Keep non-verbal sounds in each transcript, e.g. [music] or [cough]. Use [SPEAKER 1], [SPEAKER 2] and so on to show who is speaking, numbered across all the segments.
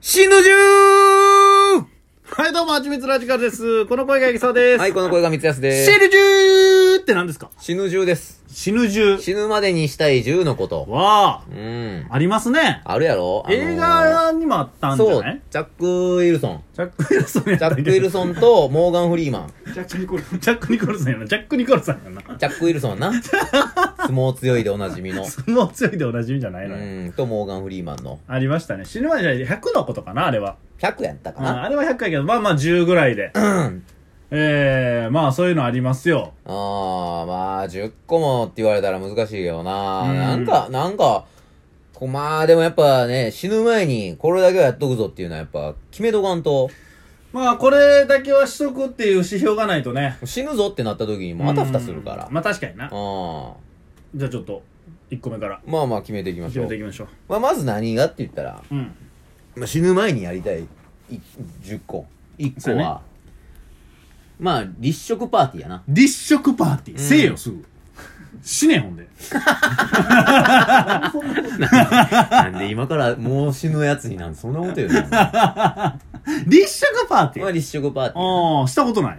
[SPEAKER 1] しんのじゅー
[SPEAKER 2] はい、どうも、はちみつラジカルです。この声がいきそうです。
[SPEAKER 1] はい、この声が三安で
[SPEAKER 2] 死
[SPEAKER 1] す。
[SPEAKER 2] ぬじゅーって何ですか
[SPEAKER 1] 死ぬ銃です。
[SPEAKER 2] 死ぬじゅー。
[SPEAKER 1] 死ぬまでにしたい銃のこと。
[SPEAKER 2] わあ、
[SPEAKER 1] うん。
[SPEAKER 2] ありますね。
[SPEAKER 1] あるやろ、あのー
[SPEAKER 2] 映画にもあったんじ
[SPEAKER 1] そ
[SPEAKER 2] ゃ
[SPEAKER 1] う
[SPEAKER 2] な、い
[SPEAKER 1] チャック・ウィルソン。
[SPEAKER 2] ジャック・ニコルソンやっ
[SPEAKER 1] チ
[SPEAKER 2] た
[SPEAKER 1] ャッ
[SPEAKER 2] っ
[SPEAKER 1] ク・
[SPEAKER 2] け
[SPEAKER 1] ウィルソンとモーガン・フリ
[SPEAKER 2] [laughs]
[SPEAKER 1] ーマン。
[SPEAKER 2] ジャック・ニコルソン。ジャック・ニコルソンやな。ジャック・ニコルソンやな。
[SPEAKER 1] チャック・ウィルソンな。相撲強いでおなじ
[SPEAKER 2] [laughs]
[SPEAKER 1] みの。
[SPEAKER 2] 相撲強いでおなじみじゃな
[SPEAKER 1] う
[SPEAKER 2] いのよ。
[SPEAKER 1] ん、とモーガン・フリーマンの。
[SPEAKER 2] ありましたね。死ぬまでじゃ100のことかな、あれは。
[SPEAKER 1] 100やったか
[SPEAKER 2] うん
[SPEAKER 1] な。
[SPEAKER 2] あれは100やけど、まあまあ10ぐらいで。えー、まあそういうのありますよ。
[SPEAKER 1] あー、まあ、10個もって言われたら難しいけどな。
[SPEAKER 2] うん
[SPEAKER 1] なんか、なんか、こうまあでもやっぱね、死ぬ前にこれだけはやっとくぞっていうのはやっぱ決めとかんと、
[SPEAKER 2] まあこれだけはしとくっていう指標がないとね。
[SPEAKER 1] 死ぬぞってなった時にもあたふたするから。
[SPEAKER 2] うんまあ確かにな。
[SPEAKER 1] あ
[SPEAKER 2] じゃあちょっと、1個目から。
[SPEAKER 1] まあまあ決めていきまし
[SPEAKER 2] 決
[SPEAKER 1] ょ
[SPEAKER 2] め
[SPEAKER 1] う
[SPEAKER 2] てい。きましょう。
[SPEAKER 1] まあまず何がって言ったら、
[SPEAKER 2] うん。
[SPEAKER 1] まあ、死ぬ前にやりたいい10個。1
[SPEAKER 2] そう
[SPEAKER 1] 個
[SPEAKER 2] や
[SPEAKER 1] は、まあ立食パーティー
[SPEAKER 2] [laughs]
[SPEAKER 1] やな。
[SPEAKER 2] 立食パーティー、
[SPEAKER 1] うん
[SPEAKER 2] せえよすぐ死ねえほんで
[SPEAKER 1] なんで今からもう死ぬやつになんてそんなこと言う
[SPEAKER 2] [laughs]
[SPEAKER 1] のま
[SPEAKER 2] 立食パーティー
[SPEAKER 1] あ立食パーティー。
[SPEAKER 2] ああしたことない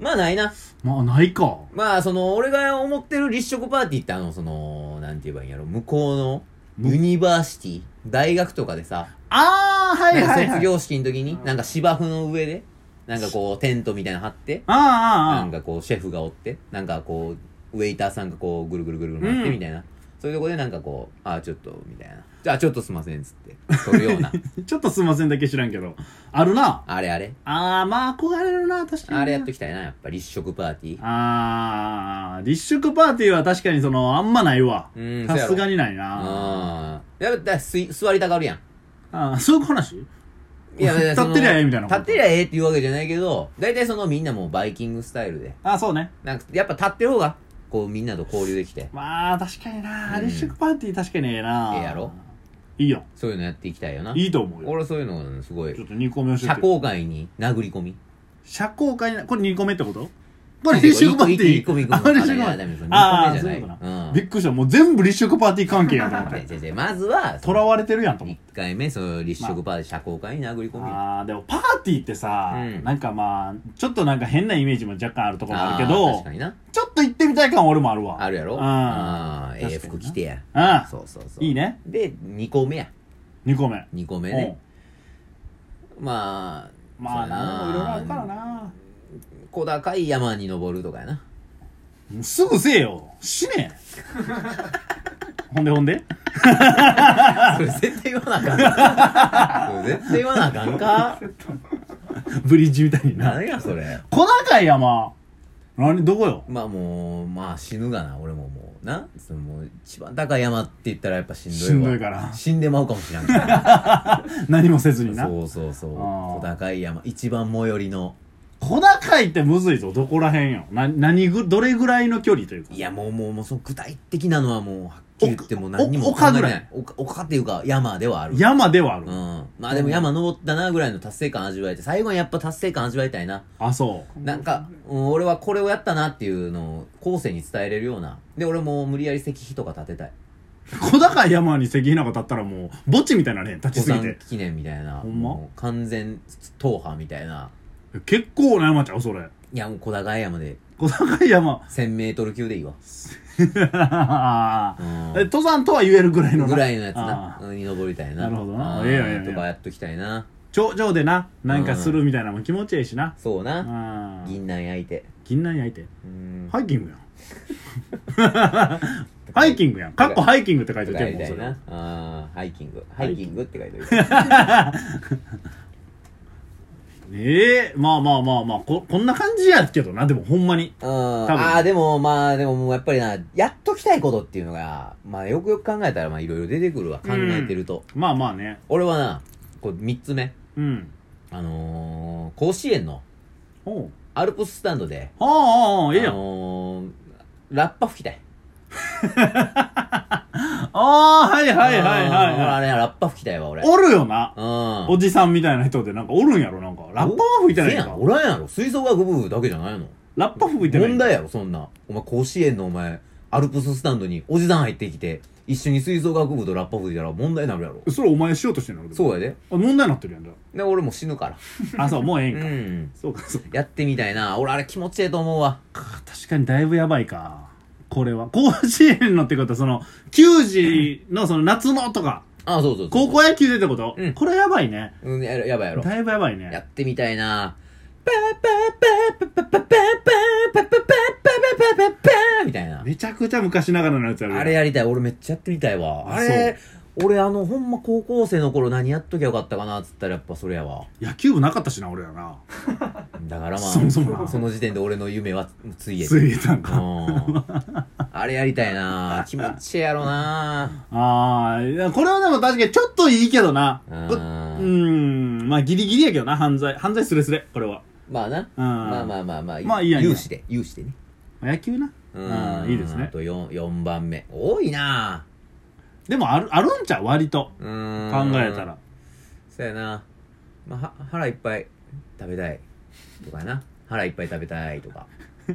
[SPEAKER 1] まあないな。
[SPEAKER 2] まあないか
[SPEAKER 1] まあ、その、俺が思ってる立食パーティーってあの、その、なんて言えばいいんやろ、向こうの、ユニバーシティ、大学とかでさ、
[SPEAKER 2] ああは
[SPEAKER 1] ないんか
[SPEAKER 2] はい、は
[SPEAKER 1] 卒
[SPEAKER 2] い、
[SPEAKER 1] 業式の時に、なんか芝生の上で、なんかこう、テントみたいなの張って、な
[SPEAKER 2] あ
[SPEAKER 1] ん
[SPEAKER 2] ーあーあ
[SPEAKER 1] かこう、シェフがおって、なんかこう、ウェイターさんがこう、ぐるぐるぐるぐる回って
[SPEAKER 2] うん
[SPEAKER 1] みたいな。そういうとこでなんかこう、あーちょっと、みたいな。じゃあ、ちょっとすいません、つって。そういうような。
[SPEAKER 2] あちょっとすいませんだけ知らんけどあるな
[SPEAKER 1] あれあれ
[SPEAKER 2] ああまあ憧れるな確かに
[SPEAKER 1] あれやっときたいな、やっぱ立食パーティー。
[SPEAKER 2] ああ立食パーティーは確かにそのあんまないわ
[SPEAKER 1] うん
[SPEAKER 2] さすがにない
[SPEAKER 1] うん。
[SPEAKER 2] な
[SPEAKER 1] やっぱ、だすい座りたがるやん。
[SPEAKER 2] あーそういう話
[SPEAKER 1] い
[SPEAKER 2] [laughs]
[SPEAKER 1] や、
[SPEAKER 2] 立ってりゃええみたいな
[SPEAKER 1] 立ってりゃええっていうわけじゃないけど、大体そのみんなもうバイキングスタイルで。
[SPEAKER 2] あーそうね
[SPEAKER 1] なんか、やっぱ立ってる方が、こうみんなと交流できて、
[SPEAKER 2] まあ確かにな、
[SPEAKER 1] うん
[SPEAKER 2] 立食パーティー確かにええな
[SPEAKER 1] ええやろ
[SPEAKER 2] いいよ
[SPEAKER 1] そういうのやっていきたいよな。
[SPEAKER 2] いいと思うよ
[SPEAKER 1] 俺そういうの、すご
[SPEAKER 2] ちょ
[SPEAKER 1] い。
[SPEAKER 2] っと2個目教えて
[SPEAKER 1] 社交界に殴り込み。
[SPEAKER 2] 社交界なこれ2個目ってことこれ
[SPEAKER 1] 一
[SPEAKER 2] 立食パーティー
[SPEAKER 1] 個一個一個一個
[SPEAKER 2] あ立食パ
[SPEAKER 1] あ
[SPEAKER 2] ー
[SPEAKER 1] ダ
[SPEAKER 2] テ
[SPEAKER 1] メ
[SPEAKER 2] ィ
[SPEAKER 1] ダメ
[SPEAKER 2] ーああ
[SPEAKER 1] 二個目じ
[SPEAKER 2] そう
[SPEAKER 1] ゃない
[SPEAKER 2] いうこと
[SPEAKER 1] う
[SPEAKER 2] なんびっくりしたもう全部立食パーティー関係やと思っ
[SPEAKER 1] [laughs] で
[SPEAKER 2] て
[SPEAKER 1] ででまずは、
[SPEAKER 2] 囚われてるやんと思っ
[SPEAKER 1] 一
[SPEAKER 2] て
[SPEAKER 1] 回目、その立食パーで社交界に殴り込み。
[SPEAKER 2] ああでもパーティーってさ、
[SPEAKER 1] うん
[SPEAKER 2] なんかまあちょっとなんか変なイメージも若干あるところもあるけ
[SPEAKER 1] あー
[SPEAKER 2] ど
[SPEAKER 1] 確かにな。
[SPEAKER 2] ちょっと行ってみたい感俺もあるわ
[SPEAKER 1] あるや
[SPEAKER 2] う
[SPEAKER 1] ろ
[SPEAKER 2] ん
[SPEAKER 1] ああ、
[SPEAKER 2] 確
[SPEAKER 1] ええ
[SPEAKER 2] かにな
[SPEAKER 1] 服着てや。
[SPEAKER 2] あ
[SPEAKER 1] そうそうそう。
[SPEAKER 2] いいね。
[SPEAKER 1] で、二個目や。
[SPEAKER 2] 2個目
[SPEAKER 1] 二個目
[SPEAKER 2] うん
[SPEAKER 1] ね。まあ、
[SPEAKER 2] まあな
[SPEAKER 1] そ
[SPEAKER 2] い
[SPEAKER 1] うや
[SPEAKER 2] ろいろあるからな
[SPEAKER 1] 小高い山に登るとかやな。
[SPEAKER 2] もうすぐせえよ死ねほんでほんで
[SPEAKER 1] それ絶対言わなあかん。それ絶対言わなあかんか。
[SPEAKER 2] ブリッジみたいにな
[SPEAKER 1] 何やそれ。
[SPEAKER 2] 小高い山何どこよ
[SPEAKER 1] まあもう、まあ死ぬがな、俺ももう。なそのもう一番高い山って言ったらやっぱしんどいわ。
[SPEAKER 2] しんどいから
[SPEAKER 1] 死んでまうかもし
[SPEAKER 2] [laughs]
[SPEAKER 1] らんから。
[SPEAKER 2] 何もせずにな
[SPEAKER 1] そうそうそう。
[SPEAKER 2] あー
[SPEAKER 1] 小高い山、一番最寄りの。
[SPEAKER 2] 小高いってむずいぞどこらへんよな何ぐどれぐらいの距離というか
[SPEAKER 1] いやもうもう、もうその具体的なのはもう、はっきり言ってもう何にも
[SPEAKER 2] お丘ぐらい
[SPEAKER 1] 考えない。丘丘っていうか山ではある。
[SPEAKER 2] 山ではある、
[SPEAKER 1] うん。まあでも山登ったなぐらいの達成感味わえて、最後にやっぱ達成感味わいたいな。
[SPEAKER 2] あそう
[SPEAKER 1] なんか、うん俺はこれをやったなっていうのを後世に伝えれるような。で、俺も無理やり石碑とか建てたい。
[SPEAKER 2] 小高い山に石碑なんか立ったらもう墓地みたいになね立ち
[SPEAKER 1] 古
[SPEAKER 2] すぎ
[SPEAKER 1] 参
[SPEAKER 2] て
[SPEAKER 1] 記念みたいな。
[SPEAKER 2] ほんま
[SPEAKER 1] もう完全踏破みたいな。
[SPEAKER 2] 結構な山ちゃうそれ
[SPEAKER 1] いや、もう小高い山で
[SPEAKER 2] 小高い
[SPEAKER 1] [laughs]
[SPEAKER 2] 山
[SPEAKER 1] 1000メートル級でいいわ。うん
[SPEAKER 2] え登山とは言えるぐらいのな
[SPEAKER 1] ぐらいのやつな
[SPEAKER 2] あ。あ
[SPEAKER 1] うんに登りたいな。
[SPEAKER 2] なるほどな
[SPEAKER 1] あー
[SPEAKER 2] いやいやいやいや
[SPEAKER 1] とかやっときたいな。
[SPEAKER 2] 頂上でななんかするみたいなのも気持ちええしな
[SPEAKER 1] そうな。
[SPEAKER 2] あ
[SPEAKER 1] 銀杏焼いて。
[SPEAKER 2] 銀杏焼いて
[SPEAKER 1] うん。
[SPEAKER 2] ハイキングやん [laughs] ハイキングやんかっこハイキングって書いて
[SPEAKER 1] と
[SPEAKER 2] る
[SPEAKER 1] かや
[SPEAKER 2] け
[SPEAKER 1] り
[SPEAKER 2] ど
[SPEAKER 1] た
[SPEAKER 2] もうそ
[SPEAKER 1] い
[SPEAKER 2] れ
[SPEAKER 1] な。あーハイキング。ハイキングって書いて
[SPEAKER 2] [laughs]
[SPEAKER 1] ある。
[SPEAKER 2] ええまあまあまあまあ、こ、こんな感じやけどな、でもほんまに。
[SPEAKER 1] うん。
[SPEAKER 2] 分
[SPEAKER 1] ああ、でも、まあ、でももうやっぱりな、やっときたいことっていうのが、まあ、よくよく考えたら、まあ、いろいろ出てくるわ。考えてると。
[SPEAKER 2] まあまあね。
[SPEAKER 1] 俺はな、こう、三つ目。
[SPEAKER 2] うん。
[SPEAKER 1] あのー、甲子園の
[SPEAKER 2] おう。
[SPEAKER 1] アルプススタンドで、
[SPEAKER 2] ああ、ああ、ええや
[SPEAKER 1] あ
[SPEAKER 2] ん。
[SPEAKER 1] のー、ラッパ吹きたい。
[SPEAKER 2] ああ、はいはいはいはい
[SPEAKER 1] うんあ
[SPEAKER 2] はい。
[SPEAKER 1] れ、ラッパ吹きたいわ、俺。
[SPEAKER 2] おるよな。
[SPEAKER 1] うん。
[SPEAKER 2] おじさんみたいな人でなんかおるんやろ、なんか。ラッパは吹いてない
[SPEAKER 1] せ
[SPEAKER 2] ん
[SPEAKER 1] や
[SPEAKER 2] か
[SPEAKER 1] ん。。おらんやろ。吹奏楽部だけじゃないの。
[SPEAKER 2] ラッパ吹いてないん
[SPEAKER 1] 問
[SPEAKER 2] か。
[SPEAKER 1] 題やろ、そんな。お前、甲子園のお前、アルプススタンドにおじさん入ってきて、一緒に吹奏楽部とラッパ部でやら問題になるやろ
[SPEAKER 2] それお前しようとしてんの
[SPEAKER 1] そう
[SPEAKER 2] や。
[SPEAKER 1] やで
[SPEAKER 2] あ問題になってるやんじゃ
[SPEAKER 1] で俺もう死ぬから
[SPEAKER 2] あ。あ、そう、もうええん
[SPEAKER 1] う
[SPEAKER 2] か。
[SPEAKER 1] ん
[SPEAKER 2] そうか、そうか。
[SPEAKER 1] やってみたいな俺あれ気持ちええと思うわ
[SPEAKER 2] 確かにだいぶやばいか。これは。甲子園のってことは、その、球児のその夏のとか、
[SPEAKER 1] あそうそうそう
[SPEAKER 2] 高校野球でってこと、
[SPEAKER 1] うん
[SPEAKER 2] これやばいね。
[SPEAKER 1] うんやるやばいやろ
[SPEAKER 2] だいぶやばい
[SPEAKER 1] や
[SPEAKER 2] ね。
[SPEAKER 1] ってみたいなパパパパパパパパパパパパパパパみたいな
[SPEAKER 2] めちゃくちゃ昔ながらのやつやる
[SPEAKER 1] あれやりたい俺めっちゃやってみたいわ
[SPEAKER 2] あ
[SPEAKER 1] あれ俺あのほんま高校生の頃何やっときゃよかったかなっつったらやっぱそれやわ
[SPEAKER 2] 野球部なかったしな、俺らな。
[SPEAKER 1] だからま
[SPEAKER 2] [laughs]
[SPEAKER 1] あ
[SPEAKER 2] そもそもな
[SPEAKER 1] その時点で俺の夢はついえて
[SPEAKER 2] 水泳なん
[SPEAKER 1] う
[SPEAKER 2] か。
[SPEAKER 1] んあれやりたいな気持ちええやろな
[SPEAKER 2] ああ、いやこれはでも確かにちょっといいけどな。
[SPEAKER 1] う
[SPEAKER 2] こうー
[SPEAKER 1] ん
[SPEAKER 2] ん、まあギリギリやけどな、犯罪。犯罪すれすれ、これは。
[SPEAKER 1] まあな
[SPEAKER 2] うん
[SPEAKER 1] まあまあまあまあ
[SPEAKER 2] まあいいやんいいやん
[SPEAKER 1] 有志で有志でね
[SPEAKER 2] まあ野球な。
[SPEAKER 1] うん
[SPEAKER 2] いいです
[SPEAKER 1] あ
[SPEAKER 2] ね。
[SPEAKER 1] と 4, 四番目多いな
[SPEAKER 2] でもある、あるんちゃう割と。
[SPEAKER 1] 考
[SPEAKER 2] 考えたら。
[SPEAKER 1] そうやな、まあ、は腹いっぱい食べたいとかな腹いっぱい食べたいとかう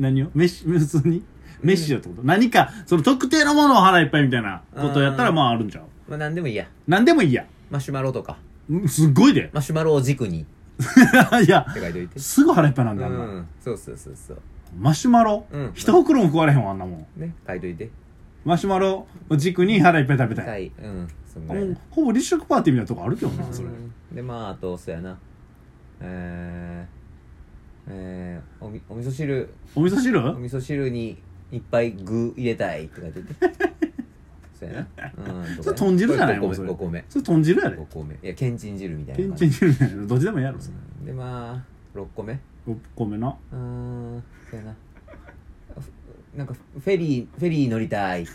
[SPEAKER 2] [laughs] 何を飯、普通に飯よってこと、何か、その特定のものを腹いっぱいみたいなことやったら、
[SPEAKER 1] うん
[SPEAKER 2] まああるんちゃう
[SPEAKER 1] まあ何でもいいや
[SPEAKER 2] 何でもいいや。
[SPEAKER 1] マシュマロとか
[SPEAKER 2] うんすっごいで。 [laughs]
[SPEAKER 1] マシュマロを軸にっ
[SPEAKER 2] いや、
[SPEAKER 1] て書いておいて
[SPEAKER 2] すぐ腹いっぱいなん
[SPEAKER 1] う
[SPEAKER 2] だ、あんな。
[SPEAKER 1] んそうそうそうそう
[SPEAKER 2] マシュマロ、
[SPEAKER 1] うん
[SPEAKER 2] 一袋も食われへんわ、あんなもん。
[SPEAKER 1] ね書いといて
[SPEAKER 2] マシュマロを軸に腹いっぱい食べたい。
[SPEAKER 1] はいうんそんぐ
[SPEAKER 2] も
[SPEAKER 1] らいうな
[SPEAKER 2] ほぼ立食パーティーみたいなとこあるけどな、それ。
[SPEAKER 1] うんでまああとそうやなえー、えー、おみお味噌汁
[SPEAKER 2] お味噌汁
[SPEAKER 1] お味噌汁にいっぱい具入れたいって書いてお
[SPEAKER 2] [laughs]
[SPEAKER 1] いてそうやなうん
[SPEAKER 2] それ豚汁じゃない
[SPEAKER 1] こ
[SPEAKER 2] も
[SPEAKER 1] れ
[SPEAKER 2] ん、それ。
[SPEAKER 1] 5個目
[SPEAKER 2] それ豚汁やで
[SPEAKER 1] 5。個目いやけんちん汁みたいな
[SPEAKER 2] けん
[SPEAKER 1] 感
[SPEAKER 2] ち
[SPEAKER 1] じ
[SPEAKER 2] ん汁やで。どっちでもやろ、それ。
[SPEAKER 1] うんでまあ6個目
[SPEAKER 2] 6個目
[SPEAKER 1] [laughs]
[SPEAKER 2] な。
[SPEAKER 1] うーんそうやなふなんかフェリーフェリー乗りたいフ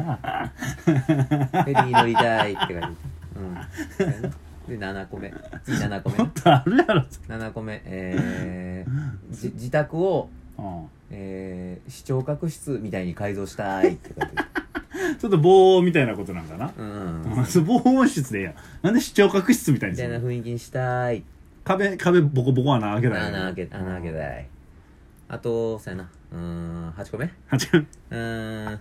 [SPEAKER 1] ェリー乗りたいって感じうんそうやなで7個目次7個目
[SPEAKER 2] もっとあるやろ、そ
[SPEAKER 1] 7個目えー、じ自宅を
[SPEAKER 2] れうん
[SPEAKER 1] えー、視聴覚室みたいに改造したいって感じ
[SPEAKER 2] ちょっと棒みたいなことなんかな。
[SPEAKER 1] うんうん
[SPEAKER 2] うん [laughs] そう防音室でいいやんなんで視聴覚室みたいに
[SPEAKER 1] み
[SPEAKER 2] す
[SPEAKER 1] たいな
[SPEAKER 2] るの
[SPEAKER 1] 雰囲気にしたい
[SPEAKER 2] 壁壁ボコボコ穴開けたい
[SPEAKER 1] 穴開け穴開けたいあとそうやなうーん8個目
[SPEAKER 2] け
[SPEAKER 1] うーんうーん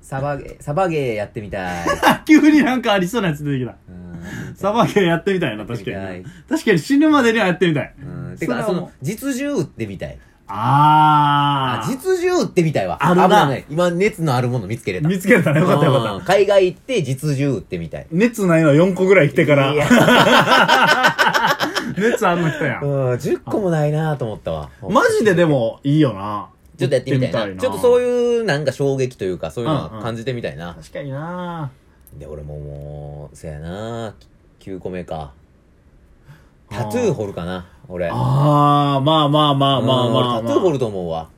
[SPEAKER 1] サバゲーサバゲーやってみたい
[SPEAKER 2] 急になんかありそうなやつ出てきた
[SPEAKER 1] うーん
[SPEAKER 2] サバゲーやってみたいな確か
[SPEAKER 1] やって
[SPEAKER 2] に
[SPEAKER 1] みた
[SPEAKER 2] 確かに死ぬまでにはやってみたい
[SPEAKER 1] うんて
[SPEAKER 2] それ
[SPEAKER 1] か
[SPEAKER 2] は
[SPEAKER 1] そ
[SPEAKER 2] もう
[SPEAKER 1] の実銃撃ってみたいあ
[SPEAKER 2] あー
[SPEAKER 1] 実銃撃ってみたいわ
[SPEAKER 2] あるな
[SPEAKER 1] 危ない今熱のあるもの見つけれた
[SPEAKER 2] 見つけ [laughs] たらよかったよか
[SPEAKER 1] う
[SPEAKER 2] っ
[SPEAKER 1] ん
[SPEAKER 2] た
[SPEAKER 1] 海外行って実銃撃ってみたい
[SPEAKER 2] 熱ないのは4個ぐらい来てから
[SPEAKER 1] いや
[SPEAKER 2] [laughs] 熱あんの来たや
[SPEAKER 1] うんん10個もないなと思ったわ
[SPEAKER 2] マジででもいいよな
[SPEAKER 1] ちょっとやってみたいなちょっとそういうなんか衝撃というかそういうの
[SPEAKER 2] うんう
[SPEAKER 1] を
[SPEAKER 2] ん
[SPEAKER 1] 感じてみたいな、
[SPEAKER 2] 確かにな
[SPEAKER 1] で俺ももうせやな9個目かタトゥー掘るかな俺
[SPEAKER 2] あーまあまあまあまあまあまあ
[SPEAKER 1] うん俺タトゥー掘ると思うわ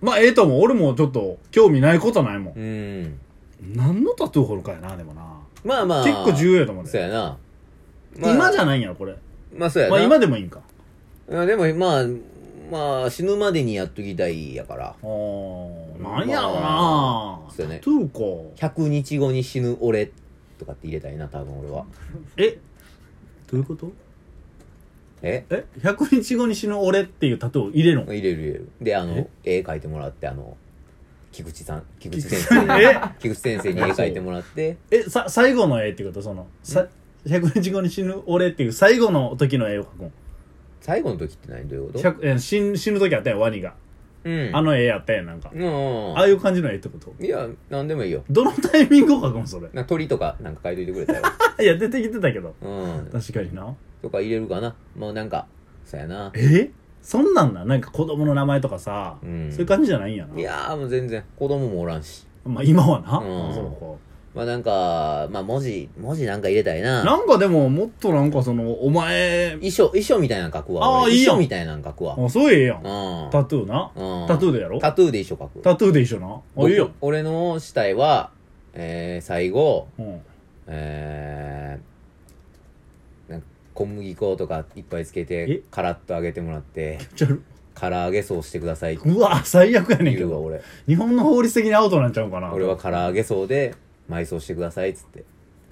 [SPEAKER 2] まあええと思う俺もちょっと興味ないことないもん
[SPEAKER 1] うん
[SPEAKER 2] 何のタトゥー掘るかやなでもな
[SPEAKER 1] まあまあ
[SPEAKER 2] 結構重要やと思う
[SPEAKER 1] そう
[SPEAKER 2] ね
[SPEAKER 1] やな、
[SPEAKER 2] 今じ
[SPEAKER 1] ゃ
[SPEAKER 2] ゃないんやろこれ
[SPEAKER 1] まあそうや
[SPEAKER 2] ま
[SPEAKER 1] な、
[SPEAKER 2] あ今でもいいんか
[SPEAKER 1] うんでもまあまあ死ぬまでにやっときたいやから
[SPEAKER 2] あーなんやろう
[SPEAKER 1] ま
[SPEAKER 2] な
[SPEAKER 1] あそうやね
[SPEAKER 2] タトゥーか
[SPEAKER 1] 100日後に死ぬ俺とかって入れたいな多分俺は
[SPEAKER 2] えどういうこと
[SPEAKER 1] え
[SPEAKER 2] え100日後に死ぬ俺っていうタトゥー入れるの
[SPEAKER 1] 入れる入れるであの絵描いてもらってあの菊池さん菊池先
[SPEAKER 2] 菊池
[SPEAKER 1] 生
[SPEAKER 2] さ
[SPEAKER 1] に菊池先生に絵描いてもらって
[SPEAKER 2] えさ最後の絵ってことそのさ100日後に死ぬ俺っていう最後の時の絵を描くの
[SPEAKER 1] 最後の時って何どういうこと
[SPEAKER 2] 100え死ん死ぬ時あったやんワニが
[SPEAKER 1] うん
[SPEAKER 2] あの絵やったやんなんか
[SPEAKER 1] うん
[SPEAKER 2] ああいう感じの絵ってこと
[SPEAKER 1] いや何でもいいよ
[SPEAKER 2] どのタイミングを描くのそれ [laughs]
[SPEAKER 1] な鳥とかなんか描いといてくれたよ
[SPEAKER 2] いや出てきてたけど
[SPEAKER 1] うん
[SPEAKER 2] 確かにな
[SPEAKER 1] とか入れるかなもうなんかそうやな
[SPEAKER 2] えそんなんなんなんか子供の名前とかさ、
[SPEAKER 1] うん
[SPEAKER 2] そういう感じじゃないんやない
[SPEAKER 1] やーもう全然子供もおらんし
[SPEAKER 2] まあ今はな、
[SPEAKER 1] うん
[SPEAKER 2] そうか
[SPEAKER 1] まあなんかまあ文字文字なんか入れたいな
[SPEAKER 2] なんかでももっとなんかそのお前
[SPEAKER 1] 衣装衣装みたいなの書くわ
[SPEAKER 2] あー
[SPEAKER 1] 俺
[SPEAKER 2] いいやん
[SPEAKER 1] 衣装みたいなの書くわ
[SPEAKER 2] あそうええやん
[SPEAKER 1] うん
[SPEAKER 2] タトゥーな
[SPEAKER 1] うん
[SPEAKER 2] タトゥーでやろ
[SPEAKER 1] タトゥーで衣装書く
[SPEAKER 2] タトゥーで一緒なあいいよ、
[SPEAKER 1] 俺の死体は、えー、最後、
[SPEAKER 2] うん、
[SPEAKER 1] えー、なんか小麦粉とかいっぱいつけて
[SPEAKER 2] え、
[SPEAKER 1] カラッと揚げてもらって、
[SPEAKER 2] ちょ
[SPEAKER 1] 唐揚げソーしてくださいって
[SPEAKER 2] うわ最悪やねんけ
[SPEAKER 1] 言うわ、
[SPEAKER 2] ど
[SPEAKER 1] 俺。
[SPEAKER 2] 日本の法律的にアウトなんちゃうかな
[SPEAKER 1] 俺は唐揚げソーで、埋葬してくださいっつって。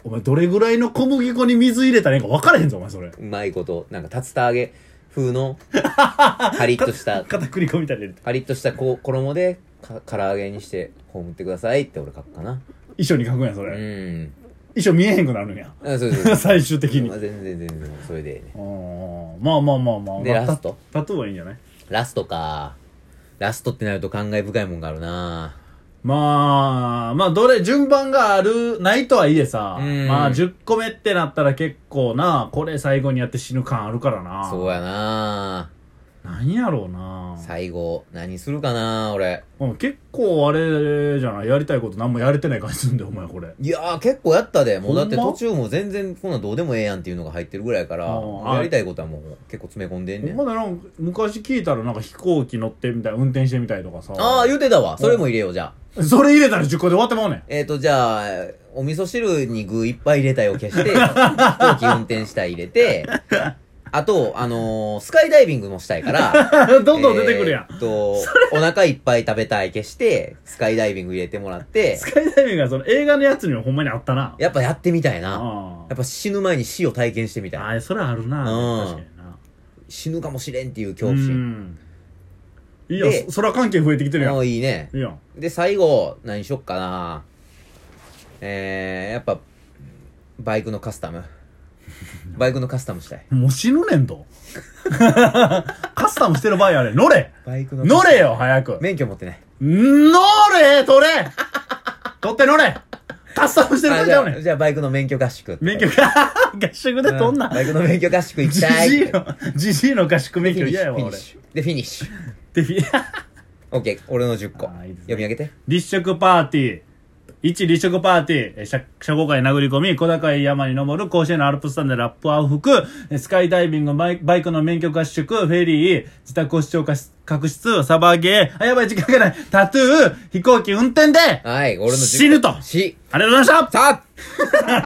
[SPEAKER 2] お前どれぐらいの小麦粉に水入れたらいいか分からへんぞお前それ
[SPEAKER 1] うまいこと、なんか竜田揚
[SPEAKER 2] [laughs]
[SPEAKER 1] げ風の、カリッとした、
[SPEAKER 2] 片栗粉みたいに入れて
[SPEAKER 1] カリッとしたこ衣で、か唐揚げにして葬ってくださいって俺書くかな
[SPEAKER 2] 衣装に書くんやそうれ、
[SPEAKER 1] ん
[SPEAKER 2] 衣装見えへんくなるんや
[SPEAKER 1] あそうそうそ
[SPEAKER 2] [laughs]
[SPEAKER 1] う
[SPEAKER 2] 最終的に
[SPEAKER 1] まあ全然全然それでいいね
[SPEAKER 2] おーまあまあまあまあ
[SPEAKER 1] で
[SPEAKER 2] まあ
[SPEAKER 1] ラスト
[SPEAKER 2] タタトゥーはいいんじゃない
[SPEAKER 1] ラストかラストってなると感慨深いもんがあるな
[SPEAKER 2] まあまあどれ順番があるないとはいえさ
[SPEAKER 1] うん
[SPEAKER 2] まあ10個目ってなったら結構なこれ最後にやって死ぬ感あるからな
[SPEAKER 1] そうやな
[SPEAKER 2] なんやろうな
[SPEAKER 1] 最後何するかな俺
[SPEAKER 2] うん結構あれじゃないやりたいこと何もやれてない感じすんだよお前これ
[SPEAKER 1] いやー結構やったでもうだって
[SPEAKER 2] ほんま
[SPEAKER 1] 途中も全然こんなんどうでもええやんっていうのが入ってるぐらいから
[SPEAKER 2] あー
[SPEAKER 1] やりたいことはもう結構詰め込んでんねん
[SPEAKER 2] まだなんか昔聞いたらなんか飛行機乗ってみたい運転してみたいとかさ
[SPEAKER 1] ああ言うてたわそれも入れようじゃあ
[SPEAKER 2] それ入れたら10個で終わってまうねん
[SPEAKER 1] えっ、と、じゃあ、お味噌汁に具いっぱい入れたいを
[SPEAKER 2] [laughs]
[SPEAKER 1] 消して、飛行機運転したい入れて、あと、あのースカイダイビングもしたいから、 [laughs]
[SPEAKER 2] [laughs] どんどん出てくるやん、
[SPEAKER 1] えーっと、お腹いっぱい食べたい消して、スカイダイビング入れてもらって
[SPEAKER 2] ス、カイダイビングがその映画のやつにもほんまにあったな
[SPEAKER 1] やっぱやってみたいな。
[SPEAKER 2] あ
[SPEAKER 1] やっぱ死ぬ前に死を体験してみたい。
[SPEAKER 2] ああそれあるな
[SPEAKER 1] うん
[SPEAKER 2] 確かにな
[SPEAKER 1] 死ぬかもしれんっていう恐怖心。
[SPEAKER 2] んいいや
[SPEAKER 1] で
[SPEAKER 2] ん空関係増えてきてるやん
[SPEAKER 1] も
[SPEAKER 2] いう
[SPEAKER 1] いいね。
[SPEAKER 2] いやん
[SPEAKER 1] で、最後、何しよっかな。えー、やっぱ、バイクのカスタム。バイクのカスタムしたい。
[SPEAKER 2] もう死ぬねんとカスタムしてる場合あれ乗れ
[SPEAKER 1] バイクのカスタム
[SPEAKER 2] 乗れよ早く
[SPEAKER 1] 免許持ってない。
[SPEAKER 2] 乗れ取れ取って乗れカスタムしてる場
[SPEAKER 1] あ
[SPEAKER 2] 合
[SPEAKER 1] じ
[SPEAKER 2] ち
[SPEAKER 1] ゃ
[SPEAKER 2] ゃうねん
[SPEAKER 1] あ、じゃあバイクの免許合宿って。
[SPEAKER 2] 免許 [laughs] が合宿で取んな
[SPEAKER 1] バイクの免許合宿行き
[SPEAKER 2] じ
[SPEAKER 1] たい。
[SPEAKER 2] じいのじじいの合宿免
[SPEAKER 1] フィ
[SPEAKER 2] 許
[SPEAKER 1] ニッ
[SPEAKER 2] 嫌
[SPEAKER 1] シュ
[SPEAKER 2] やわ
[SPEAKER 1] フィニッ
[SPEAKER 2] 俺
[SPEAKER 1] シュで、フィニッシュ。
[SPEAKER 2] でフィ
[SPEAKER 1] オッケー、俺の10個。
[SPEAKER 2] あーいいですね
[SPEAKER 1] 読み上げて。
[SPEAKER 2] 立食パーティー1立食パーティーえー社社交界殴り込み小高い山に登る甲子園のアルプス山でラップを吹くえースカイダイビングバイバイクの免許合宿フェリー自宅を視聴隠室サバゲーあやばい時間がないタトゥー飛行機運転でありが
[SPEAKER 1] はい、俺の10個。
[SPEAKER 2] 死ぬと
[SPEAKER 1] 死。
[SPEAKER 2] とうございました
[SPEAKER 1] さあ